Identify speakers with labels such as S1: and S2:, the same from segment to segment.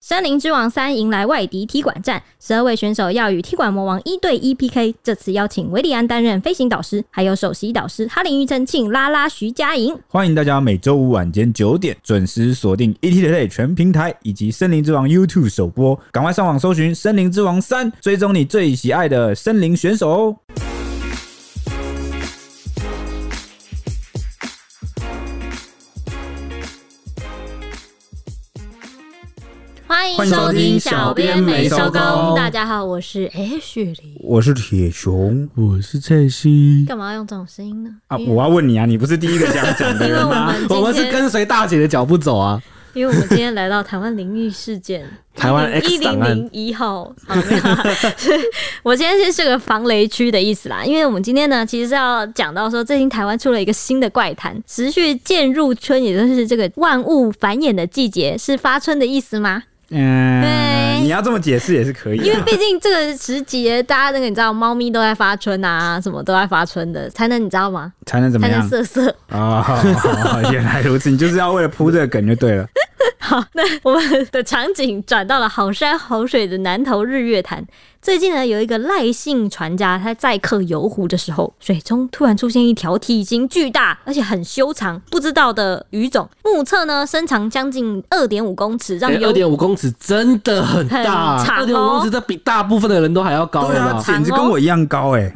S1: 森林之王三迎来外敌踢馆战，十二位选手要与踢馆魔王一对一 PK。这次邀请维里安担任飞行导师，还有首席导师哈林庾澄庆、拉拉、徐佳莹。
S2: 欢迎大家每周五晚间九点准时锁定 ETtoday 全平台以及《森林之王》YouTube 首播，赶快上网搜寻《森林之王三》，追踪你最喜爱的森林选手哦。
S1: 欢
S2: 欢迎收听小编没收工
S1: 大家好，我是哎雪梨。
S2: 我是铁熊
S3: 我是蔡西，
S1: 干嘛要用这种声音呢？
S2: 啊！
S1: 因为
S2: 我要问你啊，你不是第一个想讲的
S1: 因为
S2: 人
S1: 我
S2: 吗？
S1: 们
S3: 我们
S1: 今
S3: 是
S1: 天，
S3: 跟随大姐的脚步走啊。
S1: 因为我们今天来到台湾灵异事件
S3: 台湾 X
S1: 一零
S3: 档案
S1: 零一号，好没有啊 我今天是这个防雷区的意思啦，因为我们今天呢，其实是要讲到说，最近台湾出了一个新的怪谈，持续渐入春，也就是这个万物繁衍的季节，是发春的意思吗？对
S2: 嗯，你要这么解释也是可以
S1: 因为
S2: 的。
S1: 毕竟这个时节，大家那个你知道，猫咪都在发春啊，什么都在发春的，才能你知道吗？
S2: 才能怎么
S1: 才能
S2: 样
S1: 瑟瑟。
S2: 啊、好好 好原来如此，你就是要为了铺这个梗就对 了。
S1: 好，那我们的场景转到了好山好水的南投日月潭。最近呢，有一个赖姓船家，他载客游湖的时候，水中突然出现一条体型巨大而且很修长、不知道的鱼种，目测呢身长将近二点五公尺，让游
S3: 哎二点五公尺真的很大
S1: 很，长哦
S3: 二点五公尺这比大部分的人都还要
S1: 啊
S3: 高了吧？
S2: 啊简直跟我一样高哎、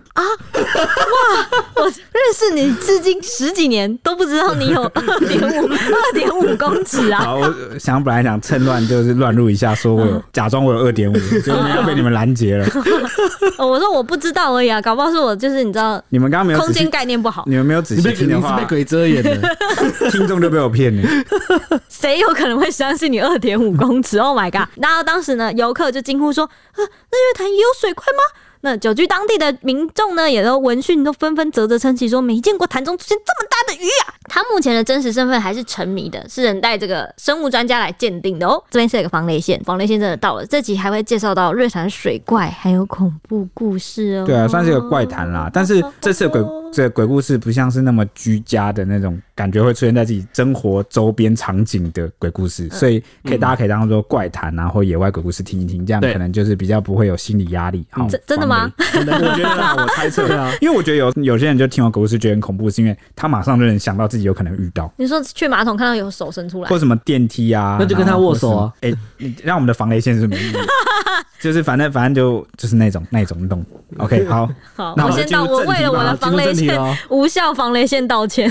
S1: 我认识你至今十几年都不知道你有二点五二点五公尺啊！
S2: 好，我想本来想趁乱就是乱入一下，说我有假装我有 二点五，结果没有被你们拦截了。
S1: 哦我说我不知道而已啊，搞不好是我就是你知道
S2: 你们刚刚没有
S1: 空
S2: 仔
S1: 间
S2: 细，
S1: 概念不好，
S2: 你们没有仔
S3: 你
S2: 细
S3: 被
S2: 听
S3: 肯
S2: 的
S3: 定是
S2: 话
S3: 被，鬼遮眼 的，
S2: 听众就被我骗了。
S1: 谁有可能会相信你二点五公尺？Oh my god！然后当时呢，游客就惊呼说：“啊，日月潭也有水怪吗？”那久居当地的民众呢，也都闻讯都纷纷啧啧称奇，说没见过潭中出现这么大的鱼啊！他目前的真实身份还是沉迷的，是等待这个生物专家来鉴定的哦。这边是有个防雷线，防雷线真的到了，这集还会介绍到日月潭水怪还有恐怖故事哦。
S2: 对啊，算是个怪谈啦。但是这次的鬼这个鬼故事不像是那么居家的那种感觉，会出现在自己生活周边场景的鬼故
S1: 嗯
S2: 事，所以可以大家可以当做怪谈啊，或野外鬼故事听一听，这样
S3: 对
S2: 可能就是比较不会有心理压力。好
S1: 嗯真，真的吗
S2: 防雷？我觉得啊，我猜测
S3: 对。啊，
S2: 因为我觉得有有些人就听完鬼故事觉得很恐怖，是因为他马上就能想到自己有可能遇到，
S1: 你说去马桶看到有手伸出来
S2: 或，什么电梯啊，
S3: 那就跟他
S2: 然后
S3: 握手啊
S2: 或是。哎、你让我们的防雷线是没意义的， 就是反正反正就就是那种那种弄。OK，好，
S1: 好，
S2: 那
S1: 我
S2: 我们
S1: 先
S2: 进
S1: 道，
S2: 入
S1: 我
S2: 正题
S1: 为了
S2: 吧
S1: 我的
S3: 进
S1: 防
S3: 入
S1: 雷
S3: 正题
S1: 线
S3: 了哦。
S1: 无效防雷线道歉。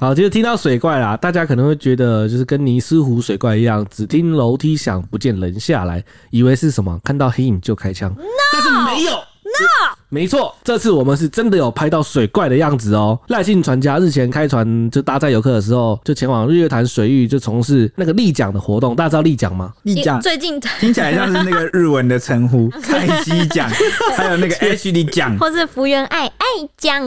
S3: 好，就是听到水怪啦，大家可能会觉得就是跟尼斯湖水怪一样，只听楼梯响不见人下来，以为是什么看到黑影就开枪但是没有。No，没错，这次我们是真的有拍到水怪的样子哦。赖姓船家日前开船就搭载游客的时候，就前往日月潭水域就从事那个立桨的活动。大家知道立桨吗？
S2: 你讲
S1: 最近
S2: 听起来像是那个日文的称 呼，蔡西酱，还有那个 H D 酱
S1: 或是福原爱爱酱，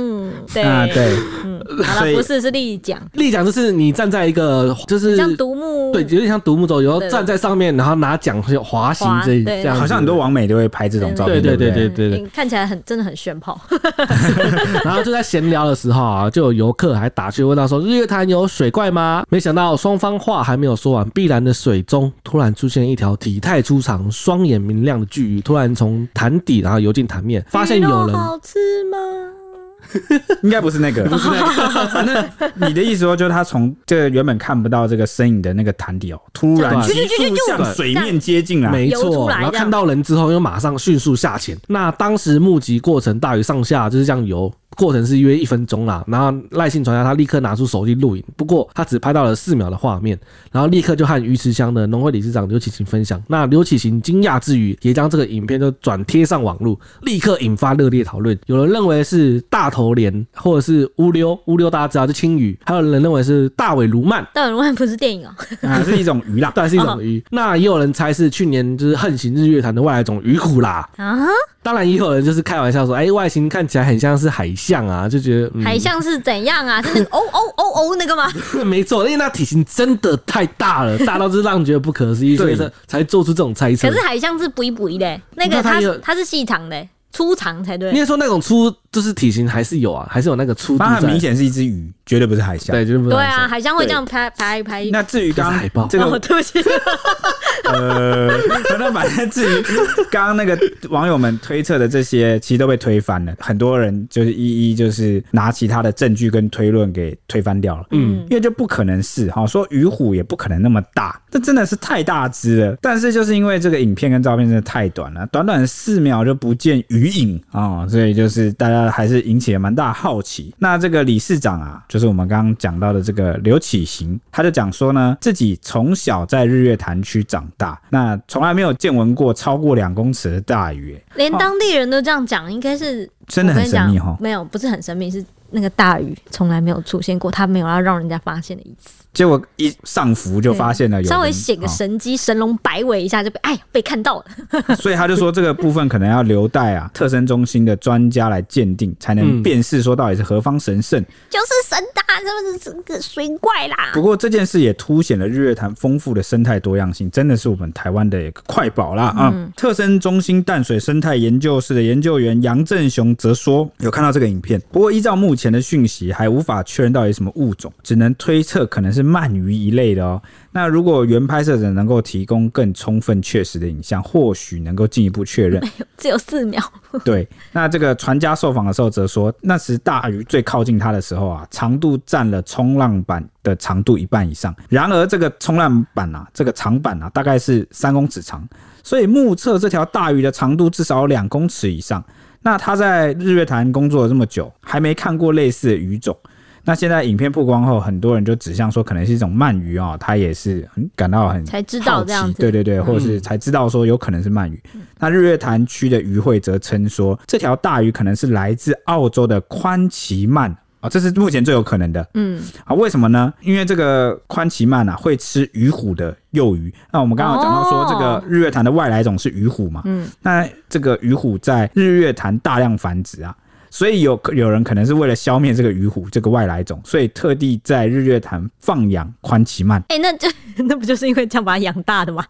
S1: 对，嗯
S2: 啊，对，
S1: 好
S2: 所
S1: 了，
S2: 以
S1: 不是是丽酱，
S3: 立桨就是你站在一个就是
S1: 像独木，
S3: 对，有点像独木舟，然后
S1: 对
S3: 站在上面，然后拿桨就滑行
S1: 滑
S3: 这
S1: 对
S3: 这样子，
S2: 好像很多网美都会拍这种照片，
S3: 对
S2: 对不
S3: 对
S2: 对
S3: 对对对
S1: 嗯看起来很真的很炫炮，
S3: 然后就在闲聊的时候啊，就有游客还打趣问到说：“日月潭有水怪吗？”没想到双方话还没有说完，碧蓝的水中突然出现一条体态粗长、双眼明亮的巨鱼，突然从潭底然后游进潭面， 发现有
S1: 鱼
S3: 人
S1: 肉好吃吗？
S2: 应该不是那 个，不是那个。反正你的意思说，就是他从这个原本看不到这个身影的那个潭底哦，突然
S3: 对
S2: 急速向水面接近了。
S3: 没
S1: 游出
S3: 错，
S1: 来
S3: 然后
S1: 这样
S3: 看到人之后又马上迅速下潜。那当时募集过程大于上下，就是这样游。过程是约一分钟啦，然后赖姓船家他立刻拿出手机录影，不过他只拍到了四秒的画面，然后立刻就和鱼池乡的农会理事长刘启勤分享。那刘启勤惊讶之余，也将这个影片就转贴上网络，立刻引发热烈讨论。有人认为是大头鲢，或者是乌溜，乌溜大家知道就青鱼，还有人认为是大尾鲈鳗，
S1: 但我问不是电影哦，
S2: 啊，是一种鱼啦。啊
S3: 但是一
S1: 啊
S3: 种鱼。那也有人猜是去年就是横行日月潭的外来种鱼虎啦。
S1: 啊，
S3: 当然，也有人就是开玩笑说，哎、外形看起来很像是海象啊，就觉得、嗯、
S1: 海象是怎样啊？是那 个哦哦哦哦那个吗？
S3: 没错，因为那体型真的太大 了，大到就是让人觉得不可思议，所
S2: 对
S3: 以才做出这种猜测
S1: 可是。海象是补一补一的，那个
S3: 那它
S1: 它
S3: 有
S1: 它是细长的，出场才对
S3: 应。该说那种粗就是体型还是有啊，还是有那个粗度
S2: 它
S3: 在。
S2: 很明显是一只鱼，绝对不是海象。
S3: 对，就是不
S1: 对
S3: 太像
S1: 啊，海象会
S3: 对
S1: 这样拍拍拍。
S2: 那至于刚
S3: 这是海豹
S2: 这
S1: 哦，
S2: 个
S1: 对不起，
S2: 呃，那反正至于刚刚那个网友们推测的这些，其实都被推翻了。很多人就是一一就是拿其他的证据跟推论给推翻掉了。
S1: 嗯
S2: 因为就不可能是哈，说鱼虎也不可能那么大，这真的是太大只了。但是就是因为这个影片跟照片真的太短了，短短四秒就不见鱼影啊、所以就是大家还是引起了蛮大的好奇。那这个理事长啊，就是我们刚刚讲到的这个刘启行，他就讲说呢，自己从小在日月潭区长大，那从来没有见闻过超过两公尺的大鱼、欸
S1: 连当地人都这样讲，应该是
S2: 真的很神秘哦哈
S1: 我跟你讲。没有，不是很神秘，是那个大鱼从来没有出现过，他没有要让人家发现的意思。
S2: 结果一上浮就发现了有人，
S1: 稍微显个
S2: 哦
S1: 神机，神龙摆尾一下就被哎呀被看到了。
S2: 所以他就说这个部分可能要留待啊特生中心的专家来鉴定，才能
S3: 嗯
S2: 辨识说到底是何方神圣。
S1: 就是神大，是不是这个水怪啦
S2: 不？过这件事也凸显了日月潭丰富的生态多样性，真的是我们台湾的一个快宝啦啊！特生中心淡水生态研究室的研究员杨振雄则说，有看到这个影片，不过依照目前的讯息，还无法确认到底是什么物种，只能推测可能是鳗鱼一类的哦。那如果原拍摄者能够提供更充分确实的影像，或许能够进一步确认。
S1: 只有四秒，
S2: 对，那这个船家受访的时候则说，那时大鱼最靠近它的时候啊，长度占了冲浪板的长度一半以上。然而这个冲浪板啊，这个长板啊，大概是三公尺长，所以目测这条大鱼的长度至少有两公尺以上。那他在日月潭工作了这么久，还没看过类似的鱼种。那现在影片曝光后，很多人就指向说，可能是一种鳗鱼啊、他也是很感到很
S1: 才知道
S2: 好奇
S1: 这样子嗯
S2: 对对对，或者是才知道说有可能是鳗鱼。那日月潭区的渔会则称说，这条大鱼可能是来自澳洲的宽鳍鳗。啊，这是目前最有可能的
S1: 嗯，
S2: 啊！为什么呢？因为这个宽鳍鳗啊会吃鱼虎的幼鱼。那我们刚刚有讲到说，
S1: 哦
S2: 这个日月潭的外来种是鱼虎嘛？
S1: 嗯，
S2: 那这个鱼虎在日月潭大量繁殖啊，所以有有人可能是为了消灭这个鱼虎这个外来种，所以特地在日月潭放养宽鳍鳗。
S1: 哎、那就 那不就是因为这样把它养大的吗？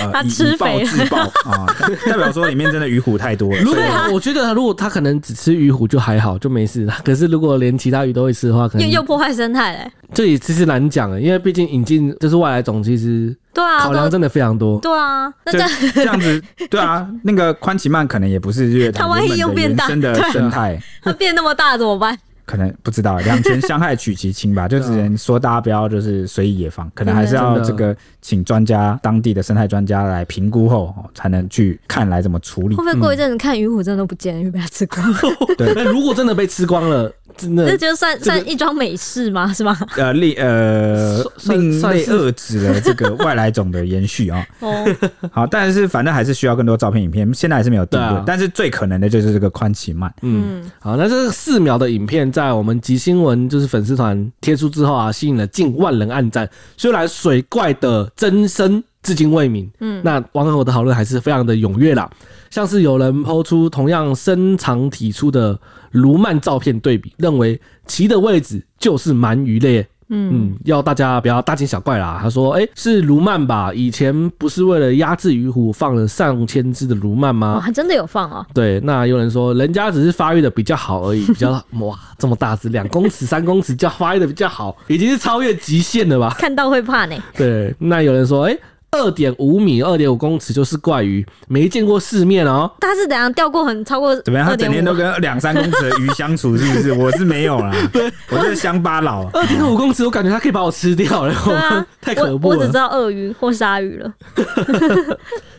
S2: 呃
S1: 它
S2: 以
S1: 吃
S2: 以暴
S1: 肥
S2: 制暴 啊，代表说里面真的鱼虎太多了。
S3: 如果
S2: 所以
S3: 我觉得，如果他可能只吃鱼虎就还好，就没事啦。 可是如果连其他鱼都会吃的话，可
S2: 嗯
S1: 又
S3: 能
S1: 又破坏生态嘞、
S3: 这也其实难讲啊了，因为毕竟引进就是外来种，其实
S1: 对啊，
S3: 考量
S1: 都
S3: 真的非常多。
S1: 对啊，那这样
S2: 就这样子，对啊，那个宽鳍鳗可能也不是日月潭
S1: 它万一
S2: 原
S1: 又
S2: 本的
S1: 变
S2: 原
S1: 大
S2: 生的
S1: 对啊
S2: 生态，
S1: 它变那么大怎么办？
S2: 可能不知道两全相害取其轻 吧，就只能说大家不要就是随意野放，可能还是要
S3: 真的
S2: 这个请专家当地的生态专家来评估后哦才能去看来怎么处理
S1: 会不。会过一阵子看鱼虎真的都不见了，因为被它吃光了？
S3: 那如果真的被吃光了，真
S1: 这
S3: 的
S1: 就算
S3: 这个
S1: 算一桩美事吗？是吗？
S2: 呃，另呃
S3: 算
S2: 另
S3: 算
S2: 类
S3: 是
S2: 遏制了这个外来种的延续 啊、
S1: 哦，
S2: 好，但是反正还是需要更多照片、影片，现在还是没有定论。
S3: 对啊
S2: 但是最可能的就是这个宽鳍鳗。
S1: 嗯，
S3: 好，那这个四秒的影片在我们极新闻就是粉丝团贴出之后啊，吸引了近万人按赞。虽然水怪的真身至今未明，嗯，那网友的讨论还是非常的踊跃啦。像是有人抛出同样身长体粗的卢曼照片对比，认为鳍的位置就是鳗鱼类。嗯，要大家不要大惊小怪啦。他说：“哎、是卢曼吧？以前不是为了压制鱼虎放了上千只的卢曼吗？
S1: 哇，还真的有放哦，
S3: 对，那有人说人家只是发育的比较好而已，比 较哇这么大只，两公尺、三公尺叫发育的比较好，已经是超越极限了吧？
S1: 看到会怕呢。
S3: 对，那有人说，哎、二点五米、二点五公尺就是怪鱼，没见过世面哦。
S1: 它是怎样掉过很超过
S2: 怎么样？他
S1: 二
S2: 整
S1: 点
S2: 天都
S1: 五？
S2: 跟两三公尺的鱼相处，是 不是？我是没有啦，我是乡巴佬。
S3: 二点五公尺，我感觉它可以把我吃掉了，
S1: 对 啊
S3: 太可
S1: 我
S3: 怖
S1: 我只知
S3: 了。
S1: 道鳄鱼或鲨鱼了。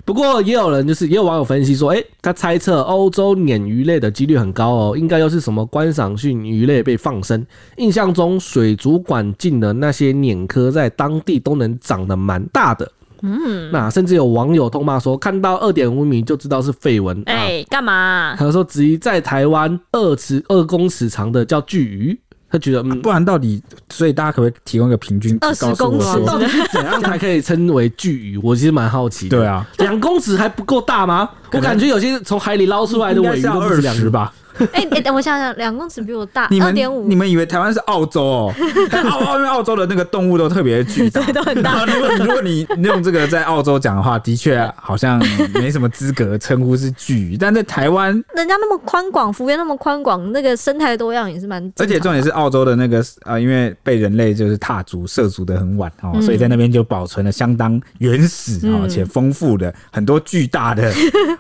S3: 不过也有人就是也有网友分析说，哎、他猜测欧洲鲶鱼类的几率很高哦，应该又是什么观赏性鱼类被放生。印象中水族馆进的那些鲶科，在当地都能长得蛮大的。嗯，那甚至有网友痛骂说，看到二点五米就知道是绯闻。啊
S1: 哎、干嘛啊、
S3: 他说质疑在台湾二尺二公尺长的叫巨鱼，他觉得嗯，
S2: 啊不然到底，所以大家可不可以提供一个平均值？
S1: 20
S2: 告诉我
S1: 公尺
S2: 说
S3: 到底是怎样才可以称为巨鱼？我其实蛮好奇的。
S2: 对啊，
S3: 两公尺还不够大吗？我感觉有些从海里捞出来的
S2: 应该
S3: 尾鱼
S2: 是要
S3: 都不
S2: 二
S3: 止两
S2: 十吧？
S1: 哎、哎等我想想，两公尺比我大，
S2: 你
S1: 二
S2: 们
S1: 点五
S2: 你，们以为台湾是澳 洲哦？但澳澳因为澳洲的那个动物都特别巨大，
S1: 对，都很
S2: 然
S1: 大。
S2: 后如果如果 你用这个在澳洲讲的话，的确好像没什么资格称呼是巨，但在台湾，
S1: 人家那么宽广，幅员那么宽广，那个生态多样也是蛮正常
S2: 而
S1: 的。
S2: 且重点是澳洲的那个呃，因为被人类就是踏足涉足的很晚哦，所以在那边就保存了相当原始哦
S1: 嗯
S2: 且丰富的很多巨 大的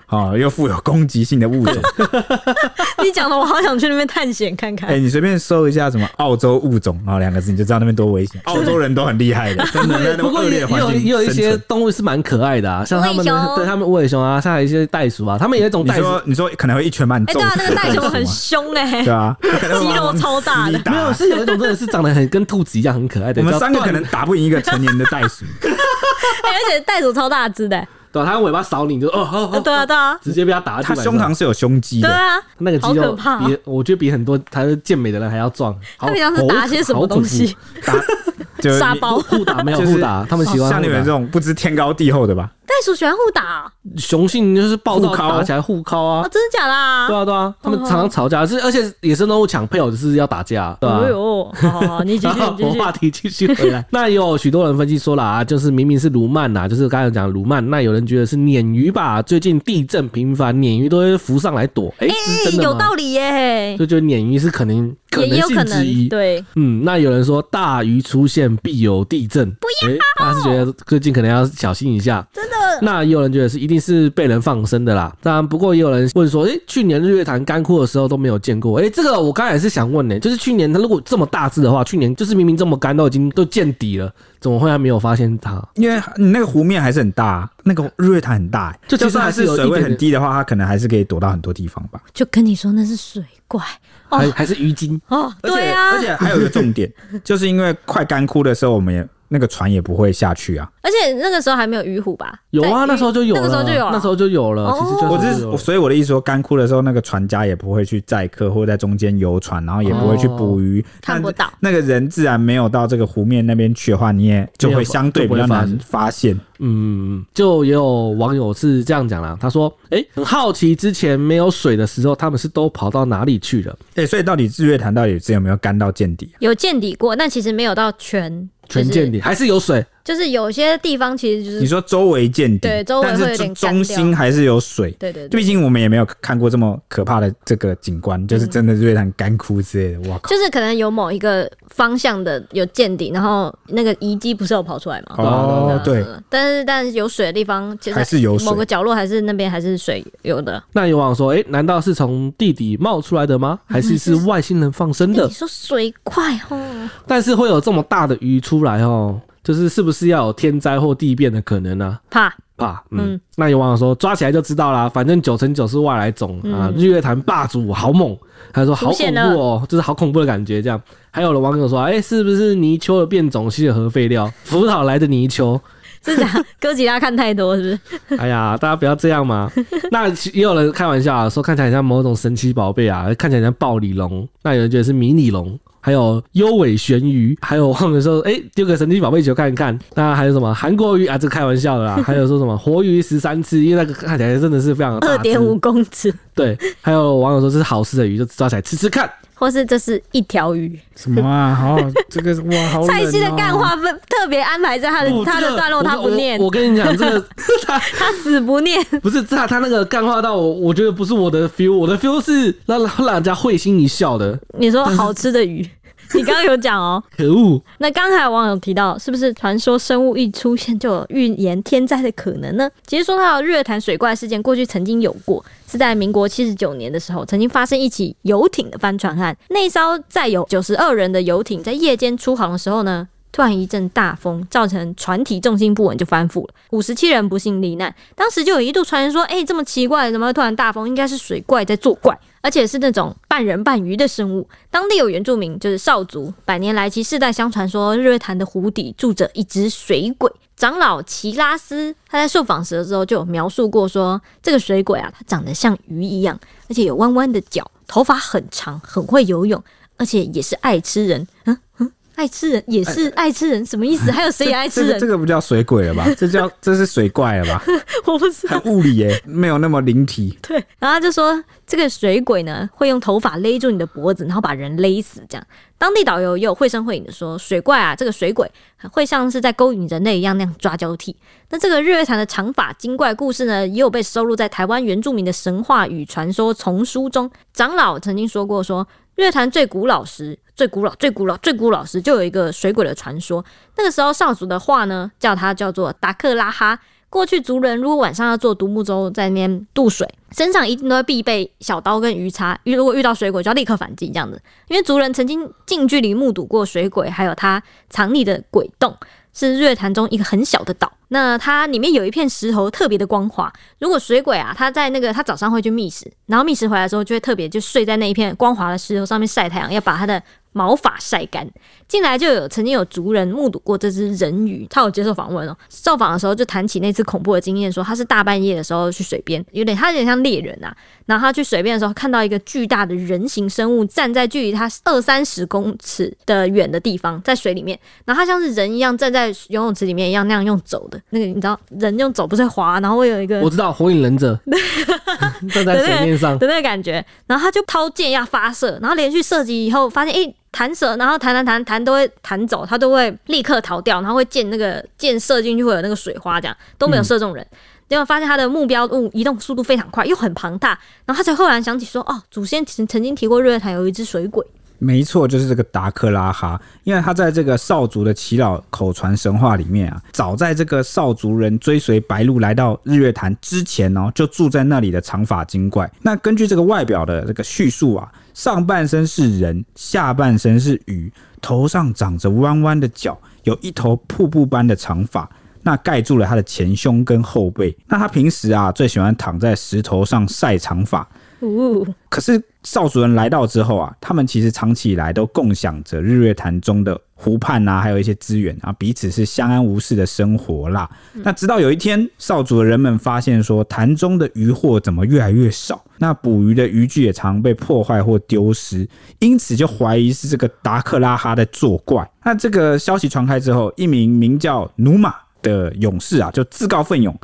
S2: 哦又富有攻击性的物种。
S1: 你讲的，我好想去那边探险看看。
S2: 哎、你随便搜一下什么澳洲物种啊两个字，你就知道那边多危险。 澳洲人都很厉害的， 真的在那
S3: 不
S2: 种
S3: 过
S2: 恶
S3: 也
S2: 劣的
S3: 也
S2: 环
S3: 有
S2: 境
S3: 也有一
S2: 生
S3: 些
S2: 存。
S3: 动物是蛮可爱的啊，像他们
S1: 无尾
S3: 的
S1: 熊
S3: 对他们无尾熊啊，像一些袋鼠啊，他们有一种
S2: 你
S3: 袋鼠
S2: 说，你说可能会一拳把你
S1: 哎、
S2: 揍
S1: 对
S2: 死、
S1: 啊，那个袋熊很凶哎、
S2: 对啊，可能会
S1: 肌
S2: 把 我
S1: 肉
S2: 们
S1: 超大
S2: 死
S1: 的
S2: 里打
S3: 没有是有一种真的是长得很跟兔子一样很可爱的，
S2: 我们
S3: 叫
S2: 三个
S3: 缎
S2: 可能打不赢一个成年的袋 鼠，
S1: 哎而且袋鼠超大只的、哎
S3: 对啊，它用尾巴扫你，你就哦哦
S1: 呃
S3: 哦，
S1: 对啊，对啊，
S3: 直接被它打在
S2: 它
S3: 地板
S2: 胸
S3: 上
S2: 膛是有胸肌
S1: 对
S2: 的。
S1: 啊，
S3: 那个肌
S1: 好
S3: 肉
S1: 可怕哦
S3: 比我觉得比很多他是健美的人还要壮。
S1: 他
S3: 好
S1: 平常是打些什么东？西？
S2: 打 就
S1: 沙
S2: 你
S1: 包
S3: 好恐怖互打没有
S2: 就是
S3: 互打，他们喜欢
S2: 像你
S3: 互
S2: 们
S3: 打
S2: 这种不知天高地厚的吧？
S1: 袋鼠喜欢互打啊、
S3: 雄性就是抱到
S2: 互敲
S3: 打起来互敲
S1: 哦
S3: 啊，
S1: 真的假的、啊？
S3: 对啊对啊，他们常常吵架，
S1: 哦
S3: 是而且野生动物抢配偶是要打架，对
S2: 啊
S3: 吧
S1: 哎？呦，好好好，你继
S3: 然
S1: 续，
S3: 后
S1: 你
S3: 我
S1: 继续。
S3: 话题继续回 来，那也有许多人分析说啦，啊就是明明是卢曼呐，就是刚才讲卢曼，那有人觉得是鲶鱼吧？最近地震频繁，鲶鱼都会浮上来躲，哎，是
S1: 哎
S3: 真的
S1: 有
S3: 吗
S1: 道？理耶、
S3: 就觉得鲶鱼是可能可
S1: 也
S3: 能
S1: 有可
S3: 性之一
S1: 能，，对，
S3: 嗯，那有人说大鱼出现必有地震，不要，他是觉得最近可能要小心一下。
S1: 真的
S3: 那也有人觉得是一定是被人放生的啦。当然，不过也有人问说，诶、去年日月潭干枯的时候都没有见过。诶、这个我刚才也是想问呢、就是去年它如果这么大只的话，去年就是明明这么干，都已经都见底了，怎么会还没有发现它？
S2: 因为你那个湖面还是很大啊，那个日月潭很大欸，
S3: 就其实
S2: 算
S3: 还是
S2: 是
S3: 有一
S2: 水位
S3: 点
S2: 很低的话，它可能还是可以躲到很多地方吧。
S1: 就跟你说那是水怪
S3: 还、还是鱼精？
S1: 哦，
S2: 而且
S1: 对啊，
S2: 而且还有一个 重点，就是因为快干枯的时候，我们也那个船也不会下去啊。
S1: 而且那个时候还没有鱼虎吧？
S3: 有啊，
S1: 在
S3: 那时候就有了，
S1: 那个时候就有了，
S3: 那时候就有了。
S1: 哦
S3: 其实就
S2: 我
S3: 是
S2: 就是，所以我的意思说，干枯的时候，那个船家也不会去载客或在中间游船，然后也不会去捕鱼，
S1: 哦看不到。
S2: 那个人自然没有到这个湖面那边去的话，你也就会相对比较难发现。
S3: 嗯，就也有网友是这样讲啦，他说：“诶，很好奇，之前没有水的时候，他们是都跑到哪里去了？
S2: 对，欸所以到底日月潭到底是有没有干到见底啊？
S1: 有见底过，但其实没有到全
S3: 全见，底还是有水？
S1: 就是就是有些地方其实就
S2: 你
S1: 是
S2: 说周围见
S1: 嗯
S2: 底，
S1: 对周围
S2: 但
S1: 会有
S2: 是
S1: 点
S2: 中
S1: 干
S2: 中心还是有水。
S1: 对对对，
S2: 毕竟我们也没有看过这么可怕的这个景观，就是
S1: 嗯
S2: 真的日月潭干枯之类的。哇靠！
S1: 就是可能有某一个方向的有见底，然后那个遗迹不是有跑出来吗？
S2: 哦，对，
S1: 嗯但是但是有水的地方，其实
S2: 还是有水
S1: 某个角落还是那边还是水有的。
S3: 那有网友说：诶，难道是从地底冒出来的吗？还是是外星人放生
S1: 那
S3: 的
S1: 你？说水怪哦，
S3: 但是会有这么大的鱼出来哦，就是是不是要有天灾或地变的可能呢、啊
S1: 怕
S3: 怕，嗯，
S1: 嗯
S3: 那有网友说抓起来就知道啦，反正九成九是外来种、啊。日月潭霸主好猛，他说
S1: 嗯出
S3: 好恐
S1: 现
S3: 怖
S1: 了
S3: 哦，就是好恐怖的感觉。这样，还有的网友说，哎、是不是泥鳅的变种吸了核废料，福岛来的泥鳅？
S1: 是这 样，哥吉拉看太多是不是？
S3: 哎呀，大家不要这样嘛。那也有人开玩笑啊，说看起来很像某种神奇宝贝啊，看起来很像暴鲤龙，那有人觉得是迷你龙。还有幽尾玄鱼，还有 网友说，哎、丢个神奇宝贝球看一看。那还有什么韩国鱼啊？这开玩笑 的啦。还有说什么活鱼十三次，因为那个看起来真的是非常的大
S1: 二
S3: 只
S1: 点五。公尺，
S3: 对，还有网友说这是好吃的鱼，就抓起来吃吃看。
S1: 或是这是一条鱼。
S2: 什么啊？好，这个哇，好
S1: 蔡西的干话分特别安排在他的
S3: 哦
S1: 他
S3: 这
S1: 的
S3: 个
S1: 段落，他不
S3: 我
S1: 念
S3: 我。我跟你讲，这个 他
S1: 他死不 念，
S3: 不是他他那个干话到我，我觉得不是我的 feel，我的 feel 是让让人家会心一笑的。
S1: 你说好吃的鱼，你刚刚有讲哦。
S3: 可恶！
S1: 那刚才有网友提到，是不是传说生物一出现就有预言天灾的可能呢？其实说到日月潭水怪事件，过去曾经有过，是在民国七十九年的时候，曾经发生一起游艇的帆船案。那艘载有九十二人的游艇在夜间出航的时候呢，突然一阵大风，造成船体重心不稳就翻覆了，五十七人不幸罹难。当时就有一度传言说，哎、这么奇怪，怎么会突然大风？应该是水怪在作怪，而且是那种半人半鱼的生物。当地有原住民，就是少族，百年来其世代相传说，日月潭的湖底住着一只水鬼。长老奇拉斯他在受访时的时候就有描述过说这个水鬼啊，它长得像鱼一样，而且有弯弯的脚，头发很长，很会游泳，而且也是爱吃人。嗯嗯，爱吃人也是爱吃人，什么意思？还有谁也爱吃
S2: 哎这个
S1: 人
S2: 这？个不叫水鬼了吧？这叫这是水怪了吧？
S1: 我不 知道
S2: 很。物理耶、没有那么灵体。
S1: 对，然后他就说这个水鬼呢会用头发勒住你的脖子，然后把人勒死。这样，当地导游也有绘声绘影的说，水怪啊，这个水鬼会像是在勾引人类一样那样抓交替。那这个日月潭的长发精怪故事呢，也有被收录在台湾原住民的神话与传说丛书中。长老曾经说过说日月潭最古老时。最古老、最古老、最古老时，就有一个水鬼的传说。那个时候，上族的话呢，叫它叫做达克拉哈，过去族人如果晚上要做独木舟，在那边渡水，身上一定都会必备小刀跟鱼叉。如果遇到水鬼，就要立刻反击这样子。因为族人曾经近距离目睹过水鬼，还有他藏匿的鬼洞，是日月潭中一个很小的岛。那它里面有一片石头特别的光滑。如果水鬼啊，他在那个他早上会去觅食，然后觅食回来之后，就会特别就睡在那一片光滑的石头上面晒太阳，要把他的毛发晒干。近来就有曾经有族人目睹过这只人鱼，他有接受访问哦。受访的时候就谈起那次恐怖的经验，说他是大半夜的时候去水边，有点他有点像猎人啊。然后他去水边的时候看到一个巨大的人形生物站在距离他二三十公尺的远的地方，在水里面，然后他像是人一样站在游泳池里面一样那样用走的那个，你知道人用走不是会滑，然后会有一个
S3: 我知道火影忍者 站在水面
S2: 嗯
S3: 上，
S1: 的那个感觉，然后他就掏箭要发射，然后连续射击以后发现，诶，弹射，然后弹弹弹弹都会弹走，他都会立刻逃掉，然后会溅那个箭射进去会有那个水花，这样都没有射中人。结果发现他的目标物移动速度非常快，又很庞大，然后他才忽然想起说，哦，祖先曾曾经提过日月潭有一只水鬼，
S2: 没错，就是这个达克拉哈，因为他在这个少族的祈祷口传神话里面啊，早在这个少族人追随白鹿来到日月潭之前哦，就住在那里的长发精怪。那根据这个外表的这个叙述啊，上半身是人，下半身是鱼，头上长着弯弯的角，有一头瀑布般的长发。那盖住了他的前胸跟后背。那他平时啊，最喜欢躺在石头上晒长发，
S1: 呜、
S2: 可是少主人来到之后啊，他们其实长期以来都共享着日月潭中的湖畔啊，还有一些资源啊，彼此是相安无事的生活啦。那直到有一天，少主的人们发现说，潭中的渔获怎么越来越少，那捕鱼的渔具也常被破坏或丢失，因此就怀疑是这个达克拉哈在作怪。那这个消息传开之后，一名名叫努玛的勇士啊，就自告奋勇，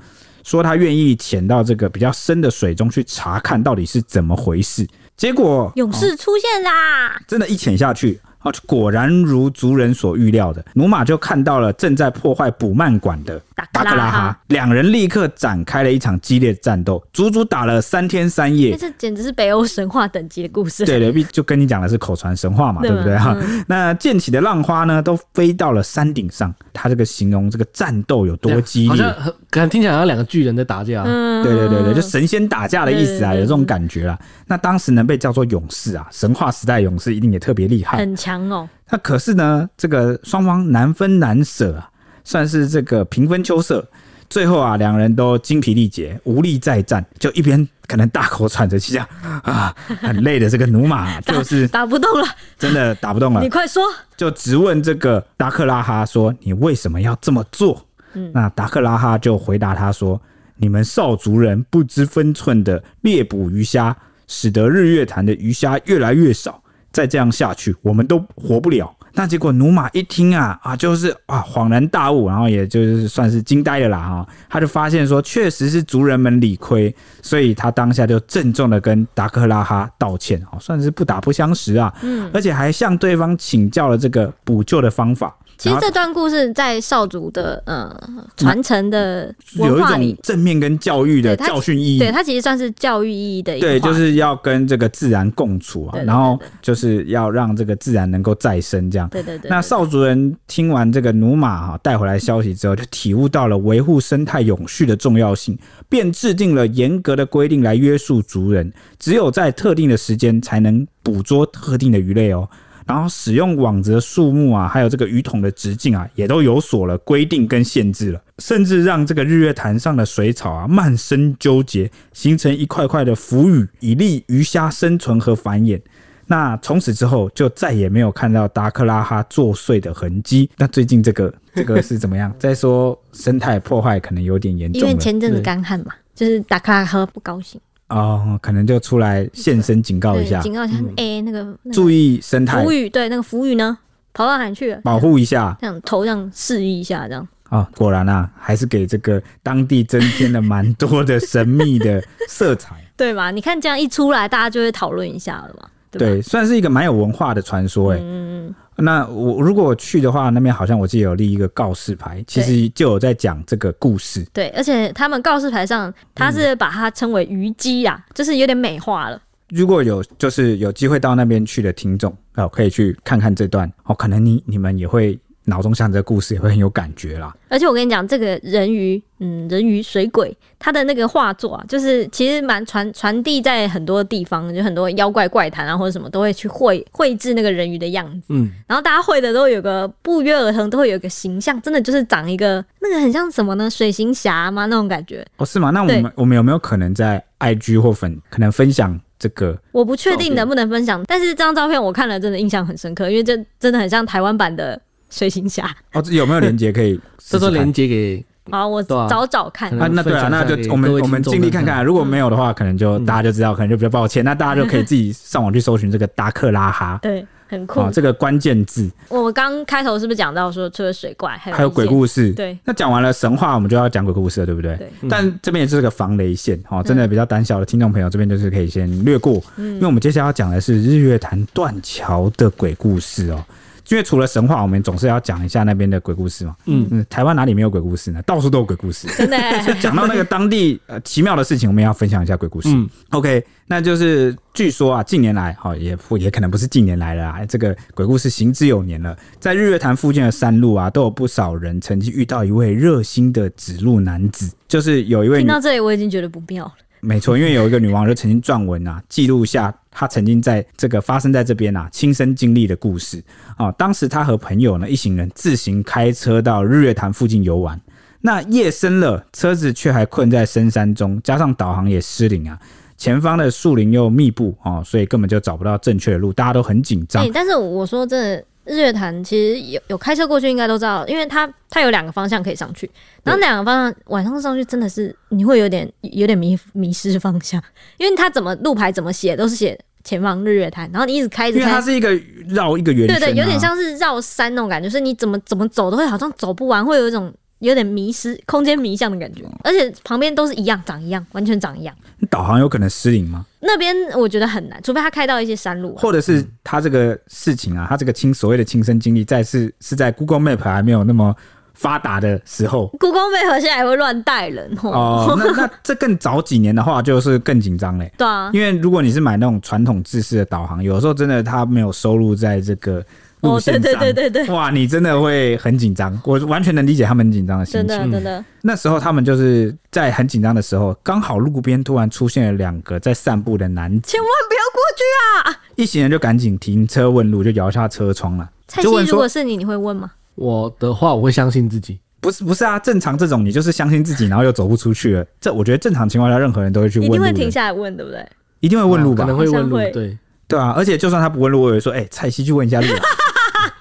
S2: 说他愿意潜到这个比较深的水中去查看到底是怎么回事。结果
S1: 勇
S2: 哦
S1: 士出现啦！
S2: 真的，一潜下去。啊，果然如族人所预料的，努马就看到了正在破坏捕鳗馆的
S1: 达
S2: 达
S1: 克拉哈
S2: 克拉哈，两人立刻展开了一场激烈战斗，足足打了三天三夜
S1: 那、。这简直是北欧神话等级的故事。
S2: 对对，毕就跟你讲的是口传神话嘛，
S1: 对啊嗯
S2: 对
S1: 吧
S2: 不对哈？那溅起的浪花呢，都飞到了山顶上。他这个形容这个战斗有多激
S3: 啊好
S2: 烈
S3: 像，很感觉听起来好像两个巨人在打架。
S1: 嗯
S2: 对对对对，就神仙打架的意思啊，
S1: 对对对
S2: 有这种感觉啦。那当时呢，被叫做勇士啊，神话时代勇士一定也特别厉害。
S1: 很强哦，
S2: 那可是呢，这个双方难分难舍啊，算是这个平分秋色。最后啊，两人都精疲力竭，无力再战，就一边可能大口喘着气啊啊，很累的这个 努马啊就是
S1: 打不动了，
S2: 真的打不动了
S1: 你，快说。
S2: 就直问这个达克拉哈说：“你为什么要这么做？”
S1: 嗯
S2: 那达克拉哈就回答他说：“你们少族人不知分寸的猎捕鱼虾，使得日月潭的鱼虾越来越少。再这样下去，我们都活不了。”那结果努马一听啊啊，就是啊恍然大悟，然后也就是算是惊呆了啦哈、他就发现说，确实是族人们理亏，所以他当下就郑重的跟达克拉哈道歉啊、算是不打不相识啊。
S1: 嗯
S2: 而且还向对方请教了这个补救的方法。
S1: 其实
S2: 然后
S1: 这段故事在少族的呃传承的
S2: 嗯有
S1: 文
S2: 一
S1: 化里
S2: 种，正面跟教育的
S1: 对它
S2: 教训意义
S1: 对，它其实算是教育意义的一个
S2: 对，
S1: 话
S2: 就是要跟这个自然共处啊
S1: 对，对
S2: 然后就是要让这个自然能够再生这样。
S1: 对对对。
S2: 那
S1: 对
S2: 少族人听完这个努马哈带回来消息之后，就体悟到了维护生态永续的重要性，便制定了严格的规定来约束族人，只有在特定的时间才能捕捉特定的鱼类哦。然后使用网子的数目啊，还有这个鱼桶的直径啊，也都有所了规定跟限制了，甚至让这个日月潭上的水草啊漫生纠结，形成一块块的浮屿，以利鱼虾生存和繁衍。那从此之后，就再也没有看到达克拉哈作祟的痕迹。那最近这个这个是怎么样？再说生态破坏可能有点严
S1: 因
S2: 重
S1: 为
S2: 了
S1: 前阵子
S3: 对
S1: 干旱嘛，就是达克拉喝不高兴，
S2: 哦，可能就出来现身警告
S1: 对
S2: 一下，嗯
S1: 警告一下，哎，那个那个
S2: 注意生态
S1: 浮。语，对那个浮语呢，跑到哪里去了？
S2: 保护一下
S1: 这样头这样示意一下，这样
S2: 啊、果然啊，还是给这个当地增添了蛮多的神秘的色彩。
S1: 对吧？你看这样一出来，大家就会讨论一下了嘛， 对吧？
S2: 对，算是一个蛮有文化的传说哎、
S1: 嗯，
S2: 那我如果我去的话，那边好像我记得有立一个告示牌，其实就有在讲这个故事。
S1: 对，而且他们告示牌上，他是把它称为虞姬啊，就是有点美化了。
S2: 如果有就是有机会到那边去的听众哦，可以去看看这段哦，可能你你们也会脑中想着故事，也会很有感觉啦。
S1: 而且我跟你讲，这个人鱼，嗯，人鱼水鬼，他的那个画作啊，就是其实蛮传传递在很多地方，就很多妖怪怪谈啊或者什么都会去绘绘制那个人鱼的样子，
S3: 嗯，
S1: 然后大家绘的都有个不约而同都会有个形象，真的就是长一个那个很像什么呢？水行侠吗？那种感觉，
S2: 哦，是吗？那我
S1: 对
S2: 们我们有没有可能在 IG 或粉可能分享这个？
S1: 我不确
S3: 照
S1: 定
S3: 片
S1: 能不能分享，但是这张照片我看了真的印象很深刻，因为这真的很像台湾版的水行侠。
S2: 哦，这有没有连接可 以试试看？
S3: 这时候连接给
S1: 好，我
S3: 对啊
S1: 找找看
S3: 可。
S2: 啊，
S3: 能
S2: 嗯那对啊，
S3: 分享
S2: 那
S3: 一
S2: 就
S3: 下给
S2: 我们
S3: 各位
S2: 我们
S3: 听众
S2: 尽力
S3: 看
S2: 看看啊，如果没有的话，可能就
S3: 嗯
S2: 大家就知道，可能就比较抱歉。那大家就可以自己上网去搜寻这个达克拉哈。
S1: 对，很酷。
S2: 哦，这个关键字
S1: 我刚开头是不是讲到说，除了水怪，还有
S2: 还有鬼
S1: 事？
S2: 故事，
S1: 哎对
S2: 那讲完了神话，我们就要讲鬼故事了，对不对？
S1: 对
S3: 嗯
S1: 嗯
S2: 但这边也是个防雷线，哦，真的比较胆小的听众朋友，这边就是可以先略过，因为我们接下来要讲的是日月潭断桥的鬼故事哦。因为除了神话，我们总是要讲一下那边的鬼故事嘛。
S3: 嗯
S2: 嗯，台湾哪里没有鬼故事呢？到处都有鬼故事。
S1: 真的欸、
S2: 讲到那个当地呃奇妙的事情，我们也要分享一下鬼故事。
S3: 嗯
S2: OK，那就是据说啊，近年来哈、哦、也不也可能不是近年来了啊，这个鬼故事行之有年了，在日月潭附近的山路啊，都有不少人曾经遇到一位热心的指路男子，就是有一位
S1: 听
S2: 女
S1: 到这里我已经觉得不妙了。
S2: 没错，因为有一个女网友曾经撰文啊，记录下她曾经在这个发生在这边啊亲身经历的故事啊。当时她和朋友呢一行人自行开车到日月潭附近游玩，那夜深了，车子却还困在深山中，加上导航也失灵啊。前方的树林又密布哦，所以根本就找不到正确的路，大家都很紧张
S1: 哎、。但是我说真的，日月潭其实有有开车过去，应该都知道，因为它它有两个方向可以上去，然后两个方向晚上上去真的是你会有点有点迷迷失方向，因为它怎么路牌怎么写都是写前方日月潭，然后你一直开一
S2: 因
S1: 直
S2: 为
S1: 开
S2: 它，是一个绕一个圆圈、
S1: 对
S2: 啊，
S1: 对，有点像是绕山那种感觉，就是你怎么怎么走都会好像走不完，会有一种有点迷失、空间迷向的感觉，
S2: 嗯
S1: 而且旁边都是一样长一样，完全长一样。
S2: 导航有可能失灵吗？
S1: 那边我觉得很难，除非他开到一些山路啊、
S2: 或者是他这个事情啊，他这个亲所谓的亲身经历，在是是在 Google Map 还没有那么发达的时候
S1: Google Map 现在也会乱带人哦。
S2: 哦、那那这更早几年的话，就是更紧张嘞。
S1: 对啊，
S2: 因为如果你是买那种传统制式的导航，有时候真的它没有收录在这个路线上，
S1: 哦对对对对对
S2: 哇，你真的会很紧张。我完全能理解他们紧张的心
S1: 真
S2: 情。
S1: 的真的，
S2: 那时候他们就是在很紧张的时候，刚好路边突然出现了两个在散步的男子，
S1: 千万不要过去啊！
S2: 一行人就赶紧停车问路，就摇下车窗了，
S1: 蔡
S2: 就问
S1: 西，如
S2: 说
S1: 果是你，你会问吗？
S3: 我的话，我会相信自己。
S2: 不是不是啊，正常这种你就是相信自己，然后又走不出去了。这我觉得正常情况下，任何人都会去问
S1: 一
S2: 路
S1: 定
S2: 的，
S1: 会停下来问，对不对？
S2: 一定会问路吧
S3: 啊可？能会问路
S1: 好像会。
S3: 对，
S2: 对啊，而且就算他不问路，我也会说，哎、蔡西去问一下路、啊。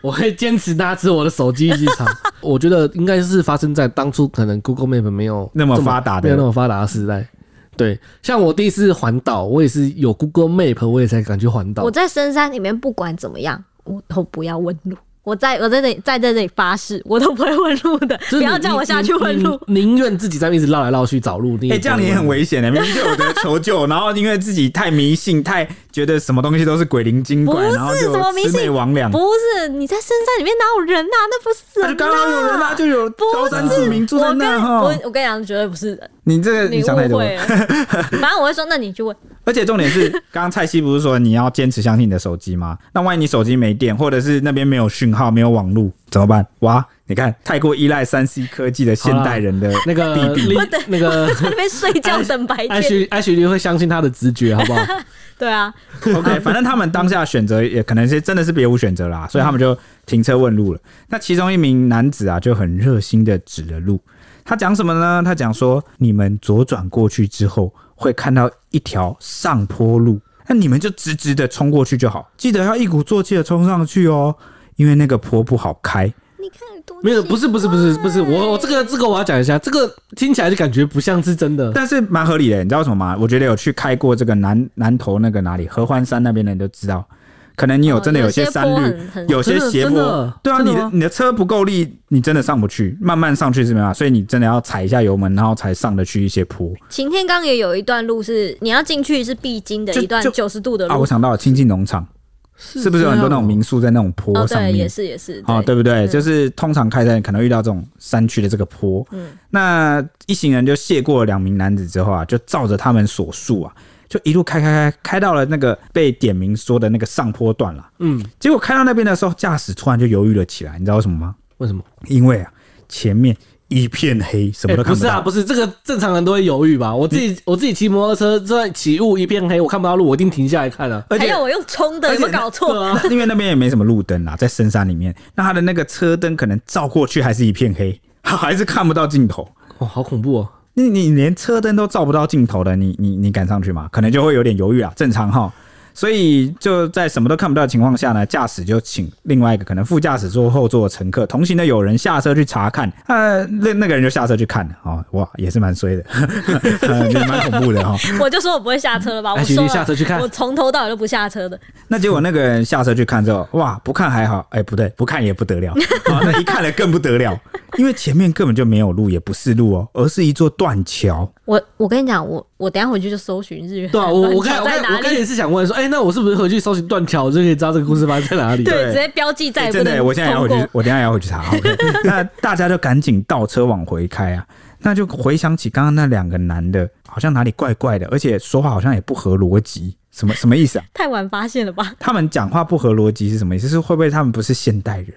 S3: 我会坚持拿起我的手机去查。 我觉得应该是发生在当初可能 Google Map 没有
S2: 那么
S3: 这
S2: 发达的
S3: 没有那么发达的时代。对，像我第一次环岛，我也是有 Google Map，我也才敢去环岛
S1: 我。在深山里面，不管怎么样，我都不要问路。我在我在这里在在这里发誓，我都不会问路的，
S3: 就是
S1: 不
S3: 你
S1: 要叫我下去问路。
S3: 你你宁愿自己在那边一直绕来绕去找路。你
S2: 哎、这样你也很
S3: 危。
S2: 危险的、明明就有的求救，然后因为自己太迷信，太觉得什么东西都是鬼灵精怪，
S1: 不是
S2: 然后就
S1: 什么迷
S2: 魑
S1: 信
S2: 魅魍魉。
S1: 不是你在深山里面哪有人啊？那不是
S2: 那就
S1: 人
S2: 刚刚有人啊，就有高山住民住在
S1: 我跟
S2: 那
S1: 我
S2: 哈。
S1: 我跟你讲，绝对不是人，
S2: 你这个
S1: 你
S2: 你
S1: 误
S2: 想太多 了
S1: 会。了。 反正我会说，那你去问。
S2: 而且重点是，刚刚蔡西不是说你要坚持相信你的手机吗？那万一你手机没电，或者是那边没有讯号、没有网路，怎么办？哇，你看太过依赖三 C 科技的现代人的
S3: 那个
S2: 弊病
S3: 利那个
S1: 在那边睡觉等 白
S3: 艾
S1: 天。
S3: 许艾许利会相信他的直 觉，好不好？
S1: 对啊，
S2: OK，反正他们当下选择也可能是真的是别无选择啦，所以他们就停车问路了。那其中一名男子啊，就很热心的指了路。他讲什么呢？他讲说，你们左转过去之后，会看到一条上坡路，那你们就直直的冲过去就好，记得要一鼓作气的冲上去哦，因为那个坡不好开。
S1: 你看有多
S3: 没有，
S1: 奇
S3: 不是不是不是不是，
S1: 哎
S3: 我我这个这个我要讲一下，这个听起来就感觉不像是真的。
S2: 但是蛮合理的，你知道为什么吗？我觉得有去开过这个南南投那个哪里合欢山那边的人都知道，可能你有
S1: 哦
S2: 真的
S1: 有
S2: 些
S1: 些
S2: 山
S1: 坡
S2: 路
S1: 很，很
S2: 有些
S3: 真的
S2: 斜
S3: 真
S2: 坡
S3: 的，
S2: 对啊，
S3: 真的
S2: 你的
S3: 吗
S2: 你的车不够力，你真的上不去，慢慢上去是没办法，所以你真的要踩一下油门，然后才上得去一些坡。
S1: 擎天岗也有一段路是你要进去是必经的
S2: 就
S1: 一段
S2: 就
S1: 九十度的
S2: 啊，
S1: 路
S2: 我，想到了亲近农场，是
S1: 啊
S2: 不是有很多那种民宿在那种坡
S1: 哦，
S2: 上
S1: 对，
S2: 面
S1: 也？是也是，
S2: 哦，对不
S3: 嗯
S2: 对？就是通常开车可能遇到这种山区的这个坡，
S1: 嗯
S2: 那一行人就谢过了两名男子之后啊，就照着他们所述啊，就一路开开开开到了那个被点名说的那个上坡段了。
S3: 嗯，
S2: 结果开到那边的时候，驾驶突然就犹豫了起来，你知道为什么吗？
S3: 为什么？
S2: 因为啊，前面一片黑，什么
S3: 哎
S2: 都看
S3: 不是
S2: 到。
S3: 啊，不是这个正常人都会犹豫吧？我自己我自己骑摩托车，这段起雾一片黑，我看不到路，我一定停下来 看啊。
S2: 而
S1: 还
S2: 且
S1: 有我用冲的，有没有搞
S3: 对
S1: 错？
S3: 啊，
S2: 因为那边也没什么路灯啊，在深山里面，那他的那个车灯可能照过去还是一片黑，他还是看不到尽头。
S3: 哦，好恐怖哦！
S2: 你你连车灯都照不到尽头的，你你你敢上去吗？可能就会有点犹豫啊，正常哈。所以就在什么都看不到的情况下呢，驾驶就请另外一个可能副驾驶座后座的乘客，同行的友人下车去查看，呃，那那个人就下车去看了哦，哇，也是蛮衰的， 呃也蛮恐怖的哈、
S1: 我就说我不会下车了吧，我
S3: 哎徐
S1: 说
S3: 丽
S1: 了
S3: 下车去看
S1: 我从头到尾都不下车的，
S2: 那结果那个人下车去看之后，哇，不看还好，哎、不对，不看也不得了，啊，那一看了更不得了，因为前面根本就没有路，也不是路哦，而是一座断桥。
S1: 我我跟你讲，我我等一下回去就搜寻日月潭
S3: 对啊， 我
S1: 断
S3: 我刚
S1: 桥
S3: 我
S1: 在
S3: 刚
S1: 哪
S3: 我刚
S1: 里？
S3: 也是想问说，哎、那我是不是回去搜寻断桥，我就可以知道这个故事发生在哪里？
S1: 对，
S2: 对
S1: 直接标记在
S2: 哎
S1: 也不
S2: 真的，
S1: 能
S2: 我现在也要
S1: 通
S2: 回去
S1: 过，。
S2: 我等一下也要回 去查。OK，那大家就赶紧倒车往回开啊！那就回想起刚刚那两个男的，好像哪里怪怪的，而且说话好像也不合逻辑，什么什么 意思啊？
S1: 太晚发现了吧？
S2: 他们讲话不合逻辑是什么意思？是会不会他们不是现代人？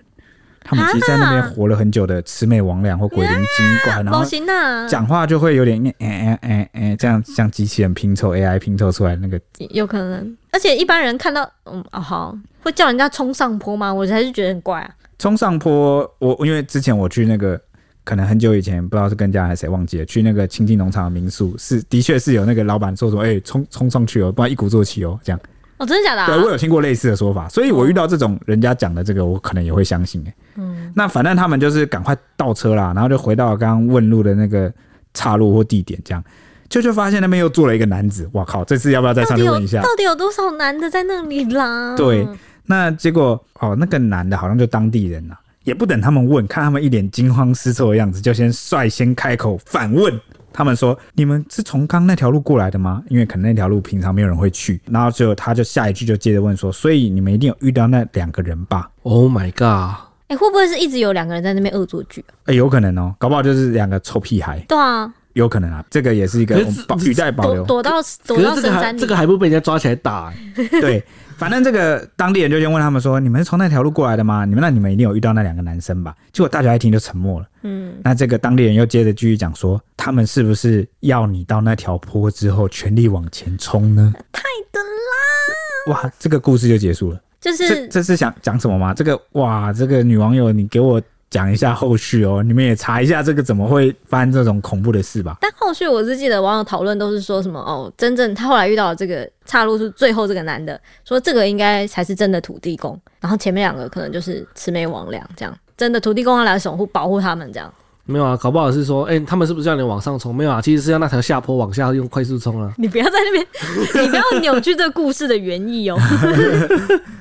S2: 他们其实在那边活了很久的魑魅魍魉或鬼灵精怪，然
S1: 啊老
S2: 后
S1: 行呐，
S2: 讲话就会有点哎哎哎哎这样，像机器人拼凑 AI 拼凑出来那个
S1: 有可能。而且一般人看到，嗯，哦好，会叫人家冲上坡吗？我还是觉得很怪啊。
S2: 冲上坡，我因为之前我去那个，可能很久以前，不知道是跟家人还是谁忘记了，去那个亲近农场的民宿，是的确是有那个老板说什么，哎、冲冲上去哦，不然一鼓作气哦，这样。
S1: 哦，真的假的、
S2: 对，我
S1: 啊？
S2: 有听过类似的说法，所以我遇到这种人家讲的这个，我可能也会相信、哎，
S1: 嗯，
S2: 那反正他们就是赶快倒车啦，然后就回到刚刚问路的那个岔路或地点，这样。就就发现那边又坐了一个男子，哇靠！这次要不要再
S1: 到
S2: 上
S1: 底
S2: 去
S1: 有
S2: 问一下？
S1: 到底有多少男的在那里
S3: 嗯
S1: 啦？
S2: 对那结果哦，那个男的好像就当地人呐、也不等他们问，看他们一脸惊慌失措的样子，就先率先开口反问他们说：“你们是从刚那条路过来的吗？因为可能那条路平常没有人会去。”然后就他就下一句就接着问说：“所以你们一定有遇到那两个人吧
S3: Oh my god！
S1: 哎、会不会是一直有两个人在那边恶作剧啊？？”
S2: 哎、有可能哦，搞不好就是两个臭屁孩，
S1: 对啊，
S2: 有可能啊，这个也是一个
S3: 可是
S2: 我们
S3: 这
S2: 保语带保
S1: 躲
S2: 留。
S1: 躲到
S3: 可
S1: 躲到
S3: 是这
S1: 深
S3: 个
S1: 山
S3: 还
S1: 里。
S3: 这个还不被人家抓起来打、哎
S2: 对，反正这个当地人就先问他们说：“你们是从那条路过来的吗？你们那你们一定有遇到那两个男生吧？”结果大家一听就沉默了。
S1: 嗯，
S2: 那这个当地人又接着继续讲说，他们是不是要你到那条坡之后全力往前冲呢？
S1: 太的啦，
S2: 哇，这个故事就结束了。
S1: 就
S2: 这
S1: 是
S2: 这是想讲什么吗？这个哇，这个女网友，你给我讲一下后续哦，你们也查一下这个怎么会发生这种恐怖的事吧。
S1: 但后续我是记得网友讨论都是说什么哦，真正他后来遇到的这个岔路是最后这个男的，说这个应该才是真的土地公，然后前面两个可能就是魑魅魍魉这样，真的土地公要来守护保护他们这样。
S3: 没有啊，搞不好是说，哎、他们是不是要你往上冲？没有啊，其实是要那条下坡往下用快速冲啊。
S1: 你不要在那边，你不要扭曲这个故事的原意哦。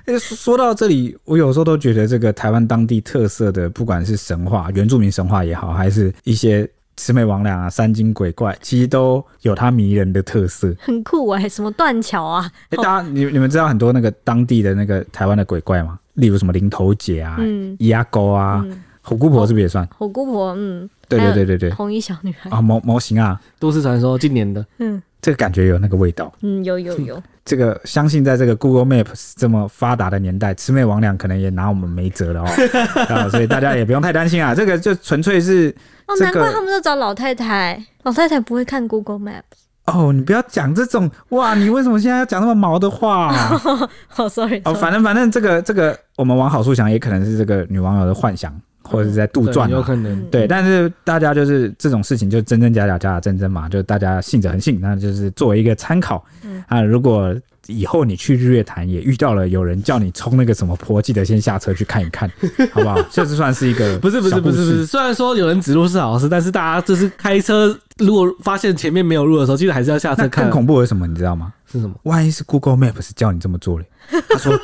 S2: 诶说说到这里，我有时候都觉得这个台湾当地特色的，不管是神话、原住民神话也好，还是一些魑魅魍魉啊、山精鬼怪，其实都有它迷人的特色。
S1: 很酷哎、什么断桥啊，
S2: 哎、大家你你们知道很多那个当地的那个台湾的鬼怪吗？例如什么林头姐啊、
S1: 嗯哦
S2: 伊阿沟啊、虎姑婆是不是也算？
S1: 火姑婆，嗯，
S2: 对
S1: 还
S2: 对
S1: 有
S2: 对对对，
S1: 红衣小女孩，
S2: 啊模模型啊，
S3: 都市传说今年的，
S1: 嗯
S2: 这个感觉有那个味道。
S1: 嗯，有有有，
S2: 这个相信在这个 Google Map 这么发达的年代，魑魅魍魉可能也拿我们没辙了哦、 啊，所以大家也不用太担心啊，这个就纯粹是
S1: 哦，
S2: 这
S1: 难
S2: 个
S1: 怪他们都找老太太，老太太不会看 Google Map，
S2: 哦，你不要讲这种哇，你为什么现在要讲那么毛的话、啊
S1: 哦，sorry，
S2: 哦，
S1: sorry
S2: 反正反正这个这个，我们往好处想，也可能是这个女网友的幻想或者是在杜
S3: 对
S2: 撰啊
S3: 有
S2: 嘛。
S3: 可能。
S2: 对，但是大家就是这种事情就真真假假，假假真真嘛，就大家信者恒信，那就是作为一个参考
S1: 嗯
S2: 啊。如果以后你去日月潭也遇到了有人叫你冲那个什么坡，记得先下车去看一看，好不好？这就算是一个
S3: 不是不是
S2: 小故
S3: 不是不
S2: 事
S3: 是，虽然说有人指路是好事，但是大家就是开车，如果发现前面没有路的时候，其实还是要下车
S2: 那
S3: 看啊
S2: 更。恐怖的是什么，你知道吗？
S3: 是什么？
S2: 万一是 Google Map 是叫你这么做嘞？他说，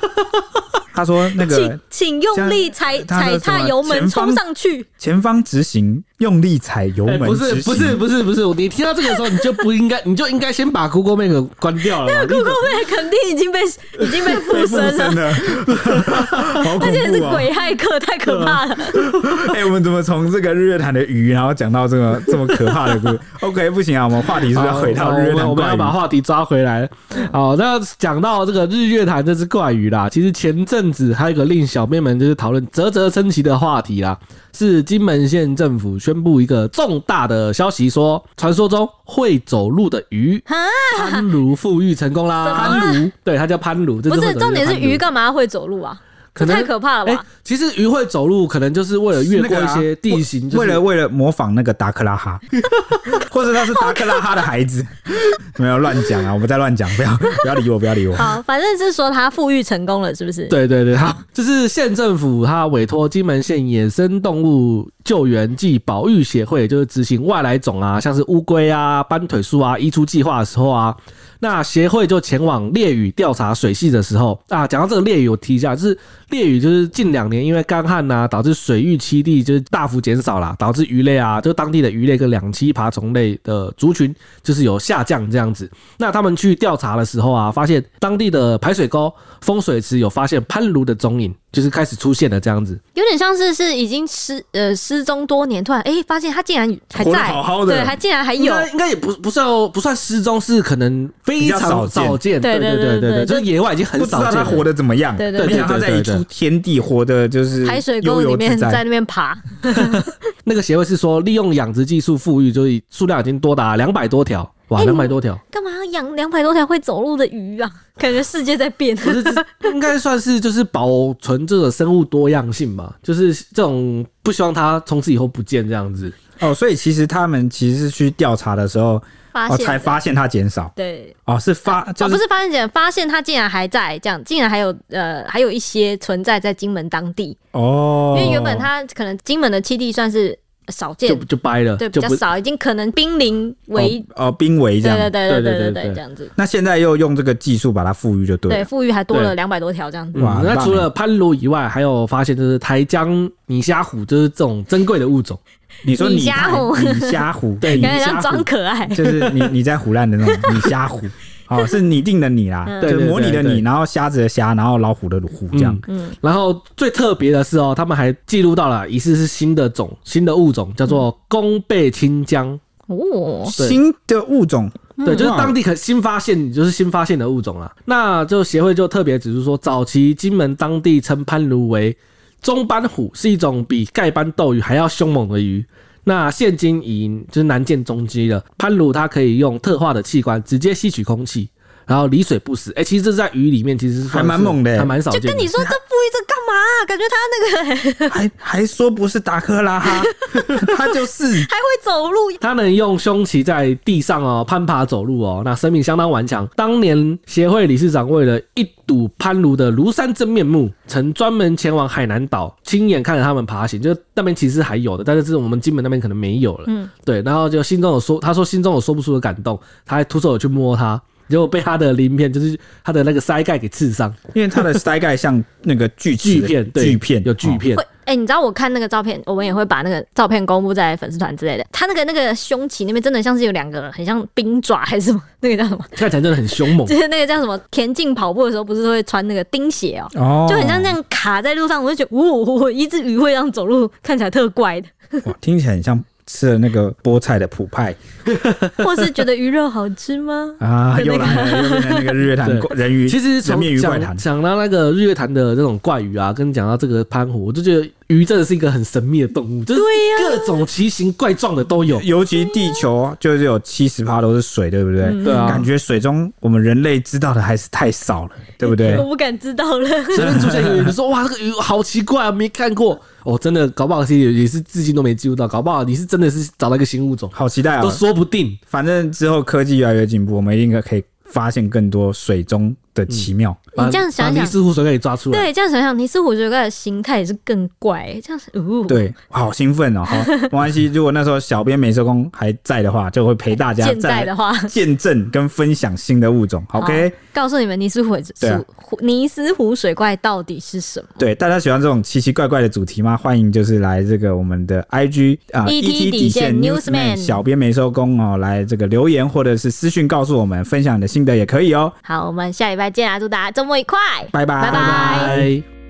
S2: 他说那个
S1: 请请用力踩
S2: 他
S1: 踩
S2: 的什
S1: 踏
S2: 么
S1: 油门
S2: 前方
S1: 冲上去，
S2: 前方直行，用力踩油
S3: 哎
S2: 门
S3: 不
S2: 直行
S3: 是不是不是不是，你听到这个的时候，你就不应该，你就应该先把 Google Map 关 掉了嘛。你怎么
S1: 后面肯定已经被已经被附身了
S2: 真。的， 好恐怖、哦！
S1: 而且是鬼骇客，太可怕了！
S2: 哎、我们怎么从这个日月潭的鱼，然后讲到这个这么可怕的 故事？OK，不行啊，我们话题是不是要回到
S3: 好
S2: 日月
S3: 我们
S2: 潭
S3: 我们
S2: 怪
S3: 要
S2: 鱼
S3: 把？话题抓回来。好，那讲到这个日月潭这只怪鱼啦，其实前阵子还有一个令小编们就是讨论啧啧称奇的话题啦，是金门县政府宣布一个重大的消息说，传说中会走路的 鱼
S1: 啊
S3: 攀鲈富育成功啦。
S1: 什么啊
S3: 攀鲈，对，它叫攀鲈。这
S1: 不
S3: 只会
S1: 是，
S3: 走路的
S1: 重点是
S3: 攀鲈
S1: 鱼干嘛会走路啊？
S3: 可
S1: 这
S3: 能
S1: 太可怕了
S3: 哎、
S1: 吧！
S3: 其实鱼会走路，可能就是为了越
S2: 那
S3: 过
S2: 个
S3: 一
S2: 啊
S3: 些地形，就是
S2: 为了为了模仿那个达克拉 哈，或者他是达克拉哈的孩 子，没有乱讲啊！我们在乱讲，不要不要理我，不要理我。
S1: 好，反正是说他富裕成功了，是不是？
S3: 对对对，好， 就是县政府它委托金门县野生动物救援暨保育协会，就是执行外来种啊，像是乌龟啊、斑腿树啊移出计划的时候啊，那协会就前往烈屿调查水系的时候啊，讲到这个烈屿，我提一下，就是烈屿就是近两年因为干旱呐、啊导致水域栖地就是大幅减少啦，导致鱼类啊，就当地的鱼类跟两栖爬虫类的族群就是有下降这样子。那他们去调查的时候啊，发现当地的排水沟、风水池有发现攀鲈的踪影，就是开始出现了这样子。
S1: 有点像是是已经失呃失踪多年，突然哎、发现他竟然还
S2: 活得
S1: 在，
S2: 好好的
S1: 对，还竟然还
S3: 应
S1: 哎有，
S3: 该应该也不不算哦不算失踪，是可能非
S2: 比较
S3: 常
S2: 少见
S3: 少见。
S1: 对
S3: 对
S1: 对对
S3: 对
S1: 对
S3: 就是野外已经很
S2: 不知
S3: 少
S2: 道
S3: 见
S2: 他
S3: 了。
S2: 活得怎么样，
S1: 对对对
S2: 没想到他在一处天地活的，就是
S1: 海水沟
S2: 悠
S1: 里
S2: 游
S1: 面
S2: 自
S1: 在
S2: 在。
S1: 那边爬，
S3: 那个协会是说，利用养殖技术富裕，就是数量已经多达两百多条，哇，
S1: 哎
S3: 两百 多条。
S1: 干嘛要养两百多条会走路的鱼啊？ 感觉世界在变。
S3: 不是，这应该算是就是保存这个生物多样性吧，就是这种不希望它从此以后不见这样子。
S2: 哦，所以其实他们其实是去调查的时候，
S1: 发
S2: 哦，
S1: 现
S2: 才发现它减少。
S1: 对，
S2: 哦，是发就
S1: 哦，
S2: 是
S1: 不是发现简，发现他竟然还在，这样竟然还有呃，还有一些存在在金门当地，
S2: 哦，
S1: 因为原本他可能金门的栖地算是少
S3: 就
S1: 见，
S3: 就掰了，
S1: 对，比
S3: 就
S1: 较
S3: 不
S1: 少，已经可能濒临为，
S2: 哦哦濒危这
S1: 对
S2: 样。
S1: 对对
S3: 对
S1: 对
S3: 对
S1: 对
S3: 对
S1: 对，
S3: 对
S1: 这样子，
S2: 那现在又用这个技术把它富裕就对
S1: 对，
S2: 了。
S1: 富裕还多
S3: 对
S1: 了两百多条这样子。
S2: 哇
S3: 嗯，
S2: 很
S3: 那
S2: 棒
S3: 除
S2: 欸
S3: 了攀鲈以外，还有发现就是台江泥虾虎，就是这种珍贵的物种。
S2: 你说
S1: 你
S2: 你
S1: 虾
S2: 太
S1: 虎
S2: 你 虾虎，
S3: 对
S2: 哎你
S1: 感觉像
S3: 虾虎
S1: 装可爱，
S2: 就是你你在胡乱的那种你 虾虎。哦，是拟定的你啦，
S1: 嗯
S2: 就是模拟的
S3: 对对对
S2: 你，
S3: 对
S2: 然后虾子的虾，然后老虎的虎这样。
S1: 嗯，
S3: 然后最特别的是哦，他们还记录到了疑似是新的种、新的物种，叫做弓背青江。
S1: 哦，
S3: 对
S2: 新的物种
S3: 嗯对，就是
S2: 哇
S3: 当地可新发现，就是新发现的物种啦。那就协会就特别指出说，早期金门当地称攀鲈为中斑虎，是一种比盖斑斗鱼还要凶猛的鱼。那现今已就是难见踪迹了。攀鲈它可以用特化的器官直接吸取空气，然后离水不死。哎、其实这在鱼里面其实算
S2: 还蛮
S3: 是
S2: 猛的欸
S3: 还蛮少
S1: 就
S3: 见的。
S1: 跟你说这富裕这干嘛啊、感觉他那个 还
S2: 还还说不是达克拉哈， 他就是
S1: 会走路，
S3: 它能用胸鳍在地上哦攀爬走路哦，那生命相当顽强。当年协会理事长为了一睹攀鲈的庐山真面目，曾专门前往海南岛，亲眼看着他们爬行。就那边其实还有的，但是这是我们金门那边可能没有了。
S1: 嗯，
S3: 对，然后就心中有说，他说心中有说不出的感动，他还徒手去摸它。结果被它的鳞片，就是它的那个鳃盖给刺伤，
S2: 因为他的鳃盖像那个锯齿
S3: 锯片，对
S2: 锯片
S3: 有锯
S2: 哦
S3: 片
S1: 会，，哎、你知道我看那个照片，我们也会把那个照片公布在粉丝团之类的。他那个那个胸鳍那边真的像是有两个很像冰爪还是什么，那个叫什么？
S2: 哦
S3: 看起来真的很凶猛
S1: 就。是那个叫什么？田径跑步的时候不是会穿那个钉鞋哦、
S2: 哦，
S1: 就很像这样卡在路上，我就觉得，呜、一只鱼会这样走路，看起来特怪的。
S2: 哇，听起来很像吃了那个菠菜的普派
S1: 或是觉得鱼肉好吃吗？
S2: 啊，
S1: 对那
S2: 又
S1: 个
S2: 来了，又变成那个日月潭
S3: 对
S2: 怪人鱼，
S3: 其实
S2: 人
S3: 从
S2: 面鱼怪
S3: 讲
S2: 谈，
S3: 讲到那个日月潭的这种怪鱼啊，跟讲到这个攀虎，我就觉得鱼真的是一个很神秘的动物，就是各种奇形怪状的都有。
S2: 尤其地球就是有七十趴都是水，对不对？
S1: 嗯
S3: 对啊
S2: 感觉水中我们人类知道的还是太 少了，对不对
S1: 嗯我？不敢知道了。
S3: 随便出现一个鱼，你说哇，这个鱼好奇怪啊，没看过。哦，真的搞不好是也也是至今都没记录到，搞不好你是真的是找到一个新物种，
S2: 好期待啊、
S3: 都说不定。
S2: 反正之后科技越来越进步，我们一定可以发现更多水中的奇妙。
S1: 你这样想
S3: 把
S1: 想
S3: 尼，斯湖水给抓出 来，
S1: 对，这样想想，尼斯湖水怪的形态也是更怪、这样是，哦，，
S2: 对，好兴 奋哦！好，没关系，如果那时候小编没收工还在的话，就会陪大家
S1: 健在的话，
S2: 再见证跟分享新的物种。OK，
S1: 好告诉你们尼斯湖水
S2: 对啊
S1: 湖尼斯湖水怪到底是什么？
S2: 对，大家喜欢这种奇奇怪怪的主题吗？欢迎就是来这个我们的 IG 啊、
S1: ET
S2: 底线
S1: E 底线 Newsman
S2: 小编没收工哦，来这个留言或者是私讯告诉我们，分享你的心得也可以哦。
S1: 好，我们下礼拜见啊！祝大家周末愉快，
S2: 拜拜
S1: 拜拜
S3: 拜。